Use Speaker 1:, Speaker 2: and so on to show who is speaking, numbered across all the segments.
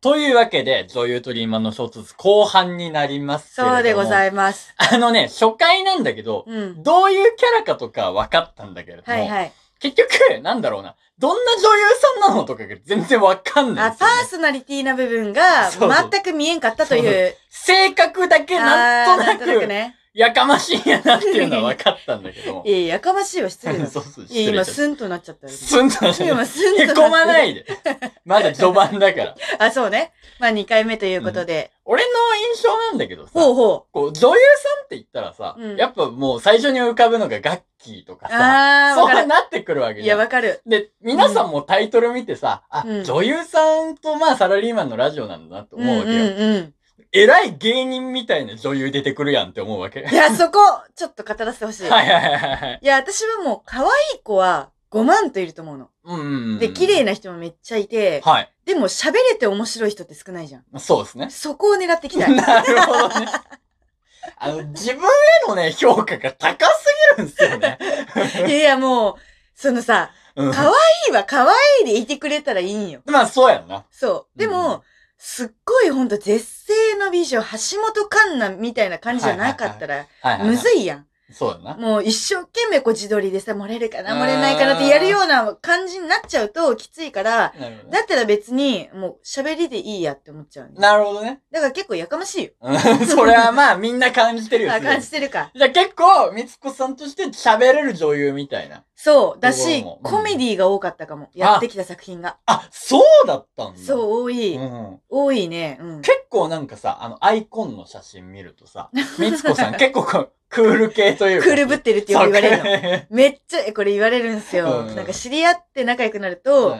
Speaker 1: というわけで、女優とリーマンの衝突後半になりますけれども。
Speaker 2: そうでございます。
Speaker 1: あのね、初回なんだけど、
Speaker 2: うん。
Speaker 1: どういうキャラかとか分かったんだけれども、
Speaker 2: はいはい。
Speaker 1: 結局、なんだろうな、どんな女優さんなのとかが全然分かんないん
Speaker 2: あ、
Speaker 1: です
Speaker 2: パ
Speaker 1: よ、
Speaker 2: ー
Speaker 1: ね。
Speaker 2: ソナリティな部分が
Speaker 1: そうそう
Speaker 2: 全く見えんかったという。
Speaker 1: 性格だけな
Speaker 2: あ
Speaker 1: ん
Speaker 2: ー
Speaker 1: となく、
Speaker 2: ね。
Speaker 1: やかましいんやなっていうのは分かったんだけども。
Speaker 2: い。やいや、やかましいわ、失礼 だ
Speaker 1: そうそう、
Speaker 2: いや
Speaker 1: 失礼
Speaker 2: 今、
Speaker 1: しちゃっ
Speaker 2: スンとなっちゃった
Speaker 1: た。
Speaker 2: よ。
Speaker 1: すんとし
Speaker 2: 今、スンと。
Speaker 1: へこま ないいで。まだ序盤だから。
Speaker 2: あ、そうね。まあ、2回目ということで。
Speaker 1: 俺の印象なんだけどさ、
Speaker 2: ほうほ
Speaker 1: こう女優さんって言ったらさ、
Speaker 2: うん
Speaker 1: やっぱもう最初に浮かぶのがガッキーとか
Speaker 2: う。
Speaker 1: さ、
Speaker 2: あー、
Speaker 1: そ
Speaker 2: わ
Speaker 1: う
Speaker 2: かる。
Speaker 1: なってくるわけ
Speaker 2: い
Speaker 1: じゃ
Speaker 2: や、
Speaker 1: ん。
Speaker 2: わかる。
Speaker 1: で、皆さんもタイトル見てさ、あ、
Speaker 2: うん
Speaker 1: 女優さんとまあサラリーマンのラジオなんだなって
Speaker 2: う
Speaker 1: 思うんわ
Speaker 2: う
Speaker 1: けよ。
Speaker 2: ん
Speaker 1: 偉い芸人みたいな女優出てくるやんって思うわけ。
Speaker 2: うん。いや、そこ、ちょっと語らせてほしい。
Speaker 1: はいはいはいはい。
Speaker 2: いや、私はもう、可愛い子は5万といると思うの。
Speaker 1: うんうんうん。
Speaker 2: で、綺麗な人もめっちゃいて、
Speaker 1: はい。
Speaker 2: でも喋れて面白い人って少ないじゃん。
Speaker 1: そうですね。
Speaker 2: そこを狙っていきたい。
Speaker 1: なるほどね。あの、自分へのね、評価が高すぎるんですよね。
Speaker 2: いやいや、もう、そのさ、
Speaker 1: うん
Speaker 2: 可愛いは可愛いでいてくれたらいいんよ。
Speaker 1: まあ、そうやんな。
Speaker 2: そう。でも、
Speaker 1: うん
Speaker 2: すっごいほんと絶世の美女、橋本環奈みたいな感じじゃなかったら、
Speaker 1: はいはいはい、
Speaker 2: むずいやん。
Speaker 1: そうやな。
Speaker 2: もう一生懸命こう自撮りでさ、漏れるかな、
Speaker 1: うん
Speaker 2: 漏れないかなってやるような感じになっちゃうときついから、
Speaker 1: なるほどね。
Speaker 2: だったら別にもう喋りでいいやって思っちゃう、ね。
Speaker 1: なるほどね。
Speaker 2: だから結構やかましいよ。
Speaker 1: うん それはまあ、みんな感じてるよ。
Speaker 2: あ、
Speaker 1: すでに
Speaker 2: 感じてるか。
Speaker 1: じゃあ結構、みつこさんとして喋れる女優みたいな。
Speaker 2: そう。だ
Speaker 1: ど
Speaker 2: し、
Speaker 1: うもうん
Speaker 2: コメディが多かったかも。やってきた作品が。
Speaker 1: あ、そうだったんだ。う。
Speaker 2: そう、多い。
Speaker 1: ん、
Speaker 2: 多いね。うん。
Speaker 1: 結構なんかさ、あの、アイコンの写真見るとさ、みつこ さん結構こうクール系というか。
Speaker 2: クールぶってるってよく言われるの。
Speaker 1: る
Speaker 2: めっちゃ、えこれ言われるんですよ。
Speaker 1: うん
Speaker 2: なんか知り合って仲良くなると、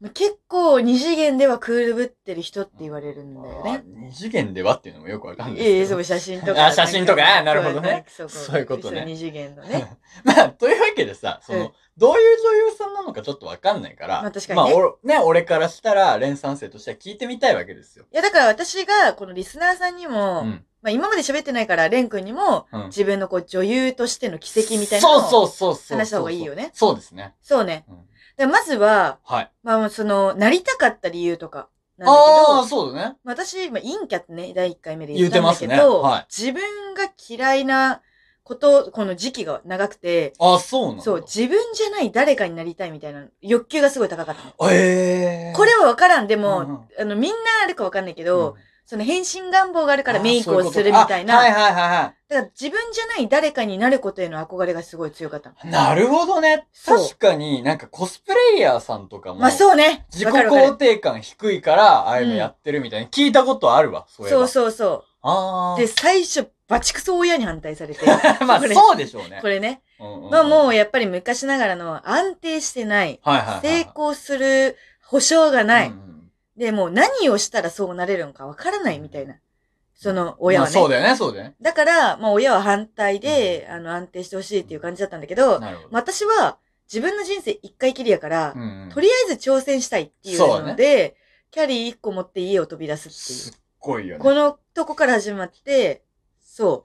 Speaker 2: まあ結構二次元ではクールぶってる人って言われるんだよね。
Speaker 1: 二次元ではっていうのもよくわかんないですけど。
Speaker 2: ええそう、写真とか。
Speaker 1: あ写真とかあなるほどね
Speaker 2: そう
Speaker 1: そういうことね
Speaker 2: そう二次元のね。
Speaker 1: まあ、というわけでさ、その、
Speaker 2: うん
Speaker 1: どういう女優さんなのかちょっとわかんないから、
Speaker 2: まあ確かにね
Speaker 1: まあ、おね、俺からしたら、連三世としては聞いてみたいわけですよ。
Speaker 2: いや、だから私が、このリスナーさんに
Speaker 1: う
Speaker 2: も、
Speaker 1: ん。
Speaker 2: まあ今まで喋ってないから、レン君にも、
Speaker 1: うん
Speaker 2: 自分のこう女優としての奇跡みたいなの
Speaker 1: そ
Speaker 2: を
Speaker 1: うそうそうそう。
Speaker 2: 話した方がいいよね
Speaker 1: そうですね。
Speaker 2: そうね。
Speaker 1: うん
Speaker 2: でまずは、
Speaker 1: はい。
Speaker 2: まあ、その、なりたかった理由とか、なんだけ
Speaker 1: ああ
Speaker 2: ど
Speaker 1: ー、、そうだね。
Speaker 2: まあ私、まあ、陰キャってね、第1回目で
Speaker 1: 言っ
Speaker 2: 言ってたん
Speaker 1: ま
Speaker 2: だ
Speaker 1: す
Speaker 2: け
Speaker 1: ね
Speaker 2: ど、
Speaker 1: はい
Speaker 2: 自分が嫌いなこと、この時期が長くて、
Speaker 1: ああ、そうなんだ。
Speaker 2: そう、自分じゃない誰かになりたいみたいな欲求がすごい高かったの。
Speaker 1: ええー。
Speaker 2: これはわからん。でも、
Speaker 1: うんうん
Speaker 2: あの、みんなあるかわかんないけ
Speaker 1: うん、
Speaker 2: ど、その変身願望があるから
Speaker 1: あー
Speaker 2: メイクをするみたいな。
Speaker 1: そううことかあはいはいはいは
Speaker 2: だから自分じゃない誰かになることへの憧れがすごい強かったの。
Speaker 1: い。なるほどね。
Speaker 2: そう
Speaker 1: 確かになんかコスプレイヤーさんとかも、
Speaker 2: まあそうね。
Speaker 1: 自己
Speaker 2: わかるわか
Speaker 1: 肯
Speaker 2: る
Speaker 1: 定感低いから、ああいうのやってるみたいな、聞いたことあるわ、そういえば。
Speaker 2: そうそうそ
Speaker 1: あ
Speaker 2: う。
Speaker 1: あ。。
Speaker 2: で、最初、バチクソ親に反対されて
Speaker 1: まあ
Speaker 2: これ
Speaker 1: そうでしょうね
Speaker 2: こ。れね。
Speaker 1: うんうん
Speaker 2: まあもうやっぱり昔ながらの安定してない、
Speaker 1: はいはいはいはい。
Speaker 2: 成功する保証がない。
Speaker 1: うんうん
Speaker 2: で、もう何をしたらそうなれるのかわからないみたいな。その親
Speaker 1: ま
Speaker 2: は
Speaker 1: あ
Speaker 2: ね。
Speaker 1: そうだよね、そうだよね。
Speaker 2: だから、まあ親は反対で、
Speaker 1: うん
Speaker 2: あの安定してほしいっていう感じだったんだけど、まあ
Speaker 1: なるほど。
Speaker 2: 私は自分の人生一回きりやから、
Speaker 1: うんうん
Speaker 2: とりあえず挑戦したいっていう
Speaker 1: そう
Speaker 2: ので、キャリー一個持って家を飛び出すって
Speaker 1: す
Speaker 2: い
Speaker 1: っごいよ
Speaker 2: う。
Speaker 1: ね。
Speaker 2: このとこから始まって、そう。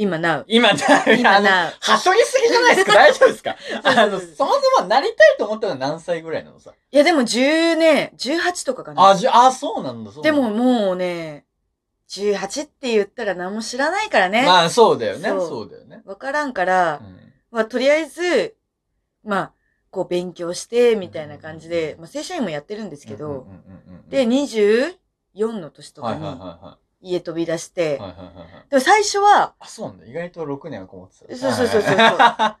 Speaker 2: 今 なう。
Speaker 1: 今、
Speaker 2: 今
Speaker 1: あの、
Speaker 2: なう。
Speaker 1: はしょぎすぎじゃないですか 大丈夫ですか
Speaker 2: そう
Speaker 1: あの、そもそもなりたいと思ったのは何歳ぐらいなのさ。
Speaker 2: いやでも10ね、18とかかな。
Speaker 1: あ、じゃ、あ、そうなんだ、そうな
Speaker 2: で
Speaker 1: んだ
Speaker 2: ももうね、18って言ったら何も知らないからね。
Speaker 1: まあ、そうだよね。
Speaker 2: そう
Speaker 1: そうだよね。
Speaker 2: わからんから、
Speaker 1: うん
Speaker 2: まあとりあえず、まあ、こう勉強して、みたいな感じで、まあ正社員もやってるんですけど、
Speaker 1: うんうんうんうん
Speaker 2: で、24の年と
Speaker 1: は
Speaker 2: か
Speaker 1: いはい
Speaker 2: に
Speaker 1: は
Speaker 2: 家飛び出して、
Speaker 1: いはい。はいはいはいはい。
Speaker 2: でも最初は、
Speaker 1: あ、そうなんだ。意外と6年はこもってた。
Speaker 2: そうそうそうそうそう
Speaker 1: はいは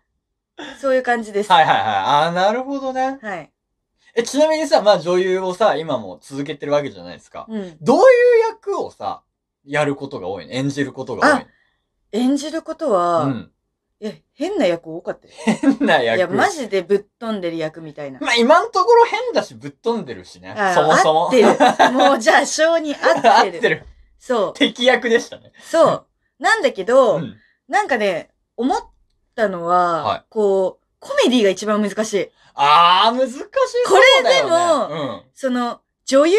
Speaker 2: そういう感じで
Speaker 1: い
Speaker 2: す。
Speaker 1: はい。あ、なるほどね。
Speaker 2: はい。
Speaker 1: え、ちなみにさ、まあ女優をさ、今も続けてるわけじゃないですか。
Speaker 2: うん。
Speaker 1: どういう役をさ、やることが多いの演じることが
Speaker 2: 演じること
Speaker 1: 多
Speaker 2: は、
Speaker 1: いのうん。
Speaker 2: いや、変な役多かったよ。
Speaker 1: 変ない役。
Speaker 2: いや、マジでぶっ飛んでる役みたいな。
Speaker 1: まあ今のところ変だし、ぶっ飛んでるしね。
Speaker 2: あ
Speaker 1: そもそも。
Speaker 2: 合ってる。もう、じゃあ、性に合
Speaker 1: 合
Speaker 2: って
Speaker 1: っ
Speaker 2: る。
Speaker 1: てる。
Speaker 2: そう。
Speaker 1: 敵役でしたね。
Speaker 2: そう。なんだけど、
Speaker 1: うん
Speaker 2: なんかね、思ったのは、
Speaker 1: はい
Speaker 2: こう、コメディが一番難しい。
Speaker 1: あー、難しいそうだよね。
Speaker 2: これ
Speaker 1: でも、うん。
Speaker 2: その、女優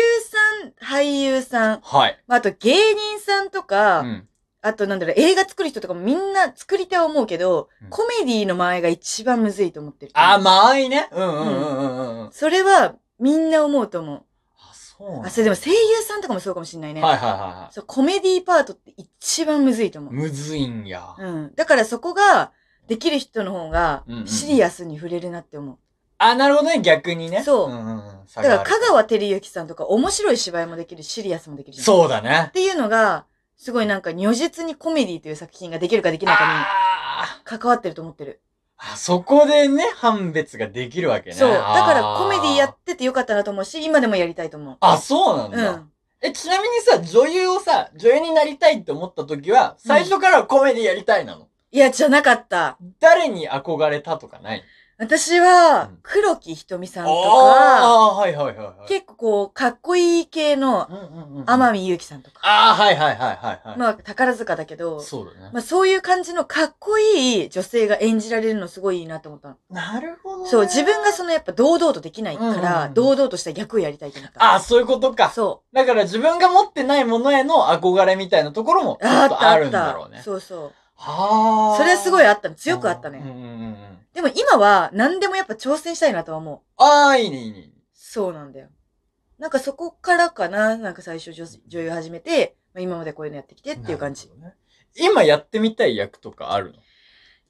Speaker 2: さん、俳優さん、
Speaker 1: はい。
Speaker 2: あと芸人さんとか、
Speaker 1: うん。
Speaker 2: あとなんだろう、映画作る人とかもみんな作り手は思うけど、
Speaker 1: うん
Speaker 2: コメディの間合いが一番むずいと思ってる。
Speaker 1: あー、間合いね。うんうんうんうんうん。
Speaker 2: それはみんな思うと思う。
Speaker 1: あ、そそうなん
Speaker 2: あ、
Speaker 1: だ
Speaker 2: それでも声優さんとかもそうかもしんないね。
Speaker 1: はいはいはいはい。
Speaker 2: そう、コメディパートって一番むずいと思う。
Speaker 1: むずいんや。
Speaker 2: うん。だからそこが、できる人の方が
Speaker 1: うんうんう、ん
Speaker 2: シリアスに触れるなって思う。
Speaker 1: あ、なるほどね、逆にね。
Speaker 2: そうん
Speaker 1: んうん、だ
Speaker 2: だから、香川照之さんとか、面白い芝居もできるし、シリアスもできるし。う。
Speaker 1: そうだね
Speaker 2: っ。ていうのが、すごいなんか、如実にコメディという作品ができるかできないか
Speaker 1: あ
Speaker 2: に、関わってると思ってる。
Speaker 1: ーあ、そこでね、判別ができるわけね。
Speaker 2: そう。だから、
Speaker 1: あー
Speaker 2: コメディやっててよかったなと思うし、今でもやりたいと思う。
Speaker 1: あ、そうなん
Speaker 2: う
Speaker 1: だ。
Speaker 2: ん。
Speaker 1: え、ちなみにさ、女優をさ、女優になりたいって思った時は、最初からコメディやりたいなの。
Speaker 2: いや、じゃなかった。
Speaker 1: 誰に憧れたとかない
Speaker 2: 私
Speaker 1: う
Speaker 2: は
Speaker 1: ん、
Speaker 2: 黒木ひとみさんとか、
Speaker 1: ああー、はいはいはいはい。
Speaker 2: 結構こう、かっこいい系の、
Speaker 1: うんうんうん。
Speaker 2: 天海祐希さんとか。
Speaker 1: ああ、はいはいはいはい、はい。
Speaker 2: まあ、宝塚だけど、
Speaker 1: そうだね。
Speaker 2: まあ、そういう感じのかっこいい女性が演じられるのすごいいいなと思ったの。
Speaker 1: なるほどね。
Speaker 2: そう、自分がそのやっぱ堂々とできないか
Speaker 1: うんうん
Speaker 2: ら
Speaker 1: う、ん
Speaker 2: 堂々とした役をやりたいと思った。
Speaker 1: ああ、そういうことか。
Speaker 2: そ
Speaker 1: だから自分が持ってないものへの憧れみたいなところも
Speaker 2: う。
Speaker 1: ちょ
Speaker 2: あ
Speaker 1: っ
Speaker 2: っ
Speaker 1: と
Speaker 2: た
Speaker 1: あ
Speaker 2: あ
Speaker 1: る
Speaker 2: っ
Speaker 1: んだろう
Speaker 2: た。
Speaker 1: ね。
Speaker 2: そうそう。
Speaker 1: はあ。
Speaker 2: それはすごい
Speaker 1: あ
Speaker 2: あったの。強くあった
Speaker 1: うんうん
Speaker 2: ね。
Speaker 1: うんうん。
Speaker 2: でも今は何でもやっぱ挑戦したいなとは思う。
Speaker 1: ああ、いいねいいね。
Speaker 2: そうなんだよ。なんかそこからかな。なんか最初女女優始めて、まあ、今までこういうのやってきてっていう感じ
Speaker 1: な。るほどね。今やってみたい役とかあるの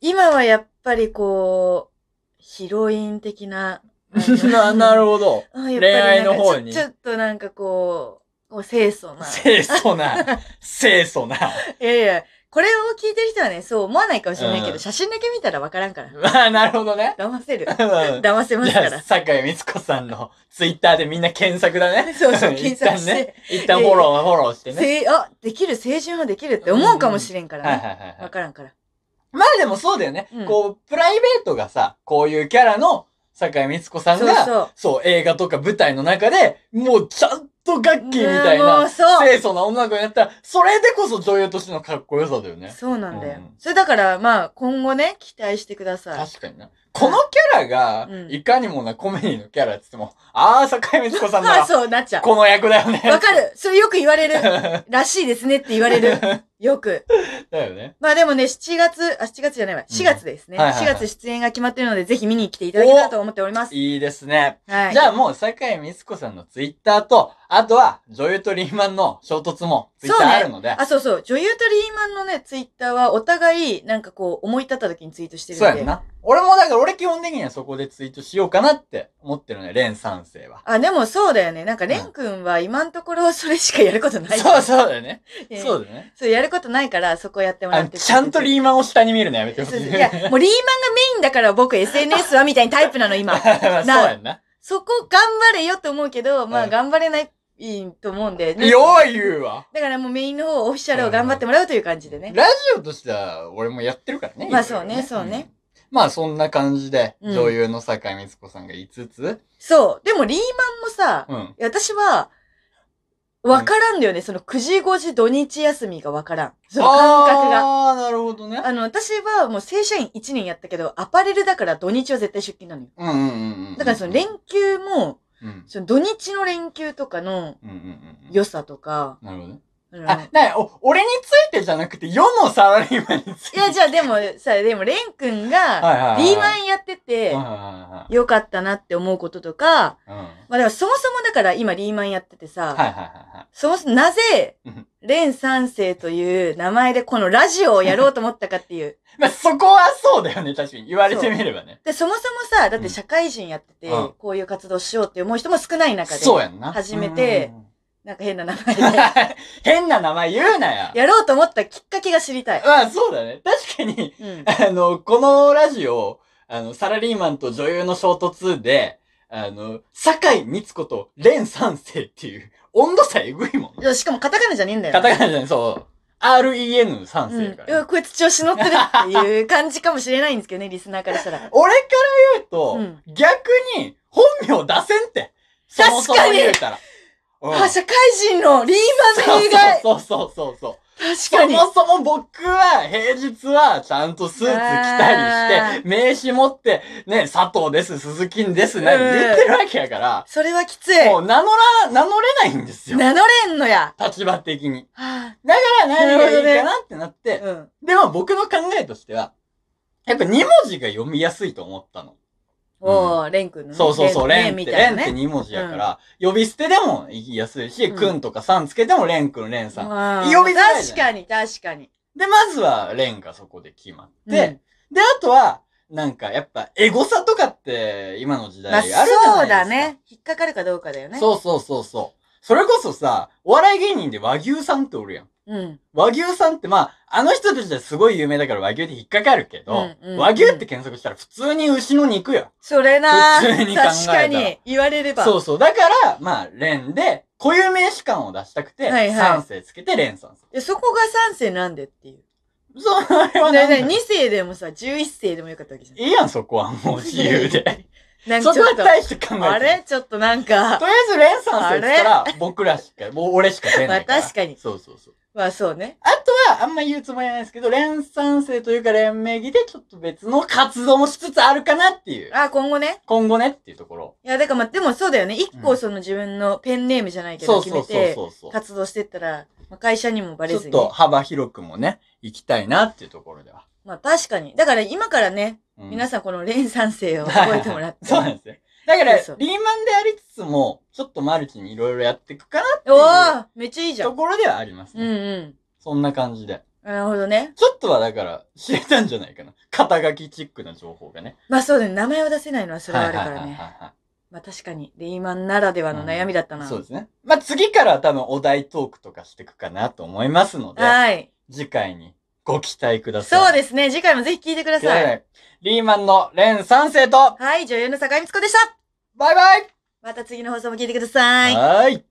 Speaker 2: 今はやっぱりこう、ヒロイン的な。
Speaker 1: な、なるほ ど。
Speaker 2: あやっぱりなんか
Speaker 1: 恋愛の方に
Speaker 2: ちょちょっとなんかこう、こう清 楚な。
Speaker 1: 清楚な、清楚な。
Speaker 2: いやいや、これを聞いてる人はね、そう思わないかもしれないけど、
Speaker 1: うん
Speaker 2: 写真だけ見たらわからんから。
Speaker 1: まあ、なるほど ね。。
Speaker 2: 騙せる
Speaker 1: うん
Speaker 2: 騙せま
Speaker 1: じ
Speaker 2: す か
Speaker 1: ゃあ、
Speaker 2: ら。
Speaker 1: 坂井光子さんのツイッターでみんな検索だ ね。
Speaker 2: そうそう、検索し
Speaker 1: 一旦ね
Speaker 2: て。
Speaker 1: 一旦フォロー、フォローしてね。
Speaker 2: せいあ、できる、青春はできるって思うかもしれんから
Speaker 1: はいはい
Speaker 2: ね。
Speaker 1: はいは
Speaker 2: わ
Speaker 1: い。
Speaker 2: からんから。
Speaker 1: まあでもそうだよね
Speaker 2: うん。
Speaker 1: こう、プライベートがさ、こういうキャラの坂井光子さん
Speaker 2: そう
Speaker 1: が、
Speaker 2: そう。
Speaker 1: そう、映画とか舞台の中で、もうちゃんとガッキーみたい
Speaker 2: もう
Speaker 1: な、
Speaker 2: そう。
Speaker 1: 清楚な女の子になったら、それでこそ女優としてのかっこよさだよね。
Speaker 2: そうなんだよ
Speaker 1: うん。
Speaker 2: それだから、まあ、今後ね、期待してください。
Speaker 1: 確かにな。このキャラが
Speaker 2: う、ん
Speaker 1: いかにもなコメディのキャラって言っても、ああ、坂井光子さんな
Speaker 2: まあ、
Speaker 1: ら、
Speaker 2: そうなっちゃう。
Speaker 1: この役だよね。
Speaker 2: わかる。それよく言われる。
Speaker 1: だ
Speaker 2: らしいですねって言わ れる。よく。
Speaker 1: よね。
Speaker 2: まあでもね、7月、あ、7月じゃないわ。
Speaker 1: うん
Speaker 2: 4月ですね。
Speaker 1: はいはいはい
Speaker 2: 4月出演が決まってるので、ぜひ見に来ていただけたらと思っております。
Speaker 1: いいですね。
Speaker 2: はい。
Speaker 1: じゃあもう、坂井光子さんのツイッターと、あとは、女優とリーマンの衝突もツイッターあるので、
Speaker 2: あ、そうそう。女優とリーマンのね、ツイッターは、お互い、なんかこう、思い立った時にツイートしてるん
Speaker 1: そ
Speaker 2: で。
Speaker 1: うやんな。俺もだから、俺基本的にはそこでツイートしようかなって思ってるね、レン三世は。
Speaker 2: あ、でもそうだよね。なんか、レン君は今のところそれしかやることない。
Speaker 1: そうそうだよね。
Speaker 2: いやいや
Speaker 1: そうだよね。
Speaker 2: そう、やることないから、そこやってもら
Speaker 1: あ
Speaker 2: っ
Speaker 1: の
Speaker 2: て
Speaker 1: ちゃんと
Speaker 2: ー
Speaker 1: リーマンを下に見るのやめてほしい。。
Speaker 2: いや、もうリーマンがメインだから僕 SNS はみたいにタイプなの、今
Speaker 1: そうやんな。
Speaker 2: そこ頑張れよと思うけど、ま
Speaker 1: う
Speaker 2: あ
Speaker 1: ん
Speaker 2: 頑張れないと思うんで。
Speaker 1: よう言うわ。
Speaker 2: だからもうメインの方、オフィシャルを頑張ってもらうという感じでね。
Speaker 1: ラジオとしては、俺もやってるからね。
Speaker 2: まあ
Speaker 1: いろいろ
Speaker 2: そうねそうね。
Speaker 1: うんまあ、そんな感じで、
Speaker 2: うん
Speaker 1: 女優の坂井光子さんが5つ。
Speaker 2: そう。でもリーマンもさ、
Speaker 1: うん。
Speaker 2: 私は、わからんだよね。その9時5時土日休みがわからん。その感覚が。あ
Speaker 1: ああー、なるほどね。
Speaker 2: の、私はもう正社員1年やったけど、アパレルだから土日は絶対出勤なのよ。
Speaker 1: うんうんうんうん。
Speaker 2: だからその連休も、
Speaker 1: うん。
Speaker 2: その土日の連休とかの
Speaker 1: うんうんうんうん。
Speaker 2: 良さとか、
Speaker 1: なるほどね。
Speaker 2: うん
Speaker 1: あ、なに、お、俺についてじゃなくて、世のサラリーマンについ
Speaker 2: い
Speaker 1: て。
Speaker 2: や、じゃあでもさ、でも、レン君が、
Speaker 1: はいはいはい。
Speaker 2: リーマンやってて、
Speaker 1: は
Speaker 2: 良かったなって思うこととか、
Speaker 1: いはいはい。うん。
Speaker 2: まあでもそもそもだから今リーマンやってて
Speaker 1: は
Speaker 2: さ、
Speaker 1: いはいはいはい。
Speaker 2: そもそもなぜ
Speaker 1: うん、
Speaker 2: レン三世という名前でこのラジオをやろうと思ったかっていう。
Speaker 1: まあ、そこはそうだよね、確かに。言われてみればね。
Speaker 2: で、そもそもさ、だって社会人やってて、
Speaker 1: うん
Speaker 2: こういう活動しようって思う人も少ない中で、
Speaker 1: そうやんな。
Speaker 2: 初めて
Speaker 1: うんうんうん。
Speaker 2: なんか変な名前 で、
Speaker 1: 変な名前言うなや。
Speaker 2: やろうと思ったきっかけが知りたい。
Speaker 1: まあそうだね。確かに、
Speaker 2: うん。
Speaker 1: あの、このラジオ、あの、サラリーマンと女優の衝突で、あの、坂井光子と蓮三世っていう、温度差えぐいもん。
Speaker 2: いやしかもカタカナじゃねえんだよ。
Speaker 1: カタカナじゃない、そう。REN 三
Speaker 2: うん。
Speaker 1: 世
Speaker 2: う
Speaker 1: から、
Speaker 2: わ、こいつ調子乗ってるっていう感じかもしれないんですけどね、リスナーからしたら。
Speaker 1: 俺から言うと、
Speaker 2: うん
Speaker 1: 逆に本名出せんって。そもそも
Speaker 2: 確かに
Speaker 1: 言うたら。うん
Speaker 2: あ、社会人のリーマ
Speaker 1: そ
Speaker 2: ンの
Speaker 1: う
Speaker 2: 映画
Speaker 1: そうそうそうそう。
Speaker 2: 確か
Speaker 1: そ
Speaker 2: に。
Speaker 1: もそも僕は平日はちゃんとスーツ着たりして、名刺持って、ね、佐藤です、鈴木んです、な
Speaker 2: うん
Speaker 1: 言ってるわけやから、
Speaker 2: それはきつい。
Speaker 1: もう名乗ら、名乗れないんですよ。
Speaker 2: 名乗れんのや。
Speaker 1: 立場的に。
Speaker 2: は
Speaker 1: だから何がいいかなってなっ
Speaker 2: あ
Speaker 1: て、
Speaker 2: うん。
Speaker 1: でも僕の考えとしては、やっぱ2文字が読みやすいと思ったの。
Speaker 2: おー、レン君のね。
Speaker 1: そうそうそう、レンって、
Speaker 2: み
Speaker 1: レ
Speaker 2: たい
Speaker 1: ンって
Speaker 2: なね。
Speaker 1: 2文字やから、呼び捨てでも言いやすいし、
Speaker 2: うん
Speaker 1: くんとかさんつけてもレンくん、レンさん。
Speaker 2: あ
Speaker 1: 呼びづらいじ
Speaker 2: 確かに、確かに。
Speaker 1: で、まずはレンがそこで決まって、
Speaker 2: うん、
Speaker 1: で、あとは、なんか、やっぱ、エゴサとかって、今の時代
Speaker 2: ま
Speaker 1: あ
Speaker 2: あ、
Speaker 1: るじゃないですか。
Speaker 2: そうだね。引っかかるかどうかだよね。
Speaker 1: そうそうそうそう。それこそさ、お笑い芸人で和牛さんっておるやん。
Speaker 2: う。うん。
Speaker 1: 和牛さんって、まあ、あの人たちはすごい有名だから和牛で引っかかるけど、
Speaker 2: うんうん
Speaker 1: 和牛って検索したら普通に牛の肉や。
Speaker 2: それな
Speaker 1: 普通に考えたら
Speaker 2: 確かに。言われれば。
Speaker 1: そうそう。だから、まあ、レンで、固有名詞感を出したくて、
Speaker 2: はいはい
Speaker 1: 三世つけてレンさん。
Speaker 2: で、そこが3世なんでっていう。
Speaker 1: そう、あれは
Speaker 2: だ
Speaker 1: ね、
Speaker 2: 2世でもさ、11世でもよかったわけじゃん。
Speaker 1: いいやん、そこはもう自由 で。
Speaker 2: なん
Speaker 1: そ
Speaker 2: か
Speaker 1: こ
Speaker 2: ちょ
Speaker 1: は
Speaker 2: っと、
Speaker 1: 大して考えてない
Speaker 2: あれちょっとなんか
Speaker 1: と、りあえずレンさんって言ったら、僕らしか、 もう俺しか出ないから。
Speaker 2: まあ確かに
Speaker 1: そうそうそう。
Speaker 2: まあそうね。
Speaker 1: あとは、あんま言うつもりはないですけど、連三世というか連名義でちょっと別の活動もしつつあるかなっていう。
Speaker 2: あ、今後ね。
Speaker 1: 今後ねっていうところ。
Speaker 2: いや、だからまあ、でもそうだよね。一
Speaker 1: う
Speaker 2: 個
Speaker 1: ん
Speaker 2: その自分のペンネームじゃないけ
Speaker 1: そ
Speaker 2: ど
Speaker 1: う
Speaker 2: 決
Speaker 1: そ
Speaker 2: め
Speaker 1: うそう
Speaker 2: て、
Speaker 1: そうそう。
Speaker 2: 活動してったら、まあ、会社にもバレ
Speaker 1: ちょ
Speaker 2: ず
Speaker 1: っ
Speaker 2: に。
Speaker 1: と幅広くもね、行きたいなっていうところでは。
Speaker 2: まあ確かに。だから今からね、
Speaker 1: うん
Speaker 2: 皆さんこの連三世を覚えてもらって。
Speaker 1: そうなんですね。だから、リー
Speaker 2: そうそう
Speaker 1: マンでありつつも、ちょっとマルチにいろいろやっていくかなって
Speaker 2: お
Speaker 1: いう
Speaker 2: ーめっちゃいいじゃ
Speaker 1: と
Speaker 2: ん。
Speaker 1: ころではあります
Speaker 2: うん
Speaker 1: ね。
Speaker 2: う
Speaker 1: そんな感じで。
Speaker 2: ん。なるほどね。
Speaker 1: ちょっとはだから、知れたんじゃないかな。肩書きチックな情報がね。
Speaker 2: まあそうだね。名前を出せないのはそれはあるから
Speaker 1: はいはいはい
Speaker 2: ね。
Speaker 1: はいはい
Speaker 2: まあ確かに。リーマンならではの悩みだったな。
Speaker 1: そうですね。まあ、次からは多分お題トークとかしていくかなと思いますので、
Speaker 2: はい。
Speaker 1: 次回にご期待ください。。
Speaker 2: そうですすね。次回もぜひ聞いてください。
Speaker 1: リーマンのレン3世と、
Speaker 2: はい。女優の坂井光子でした。
Speaker 1: バイバイ
Speaker 2: また次の放送も聞いてください。
Speaker 1: はーい。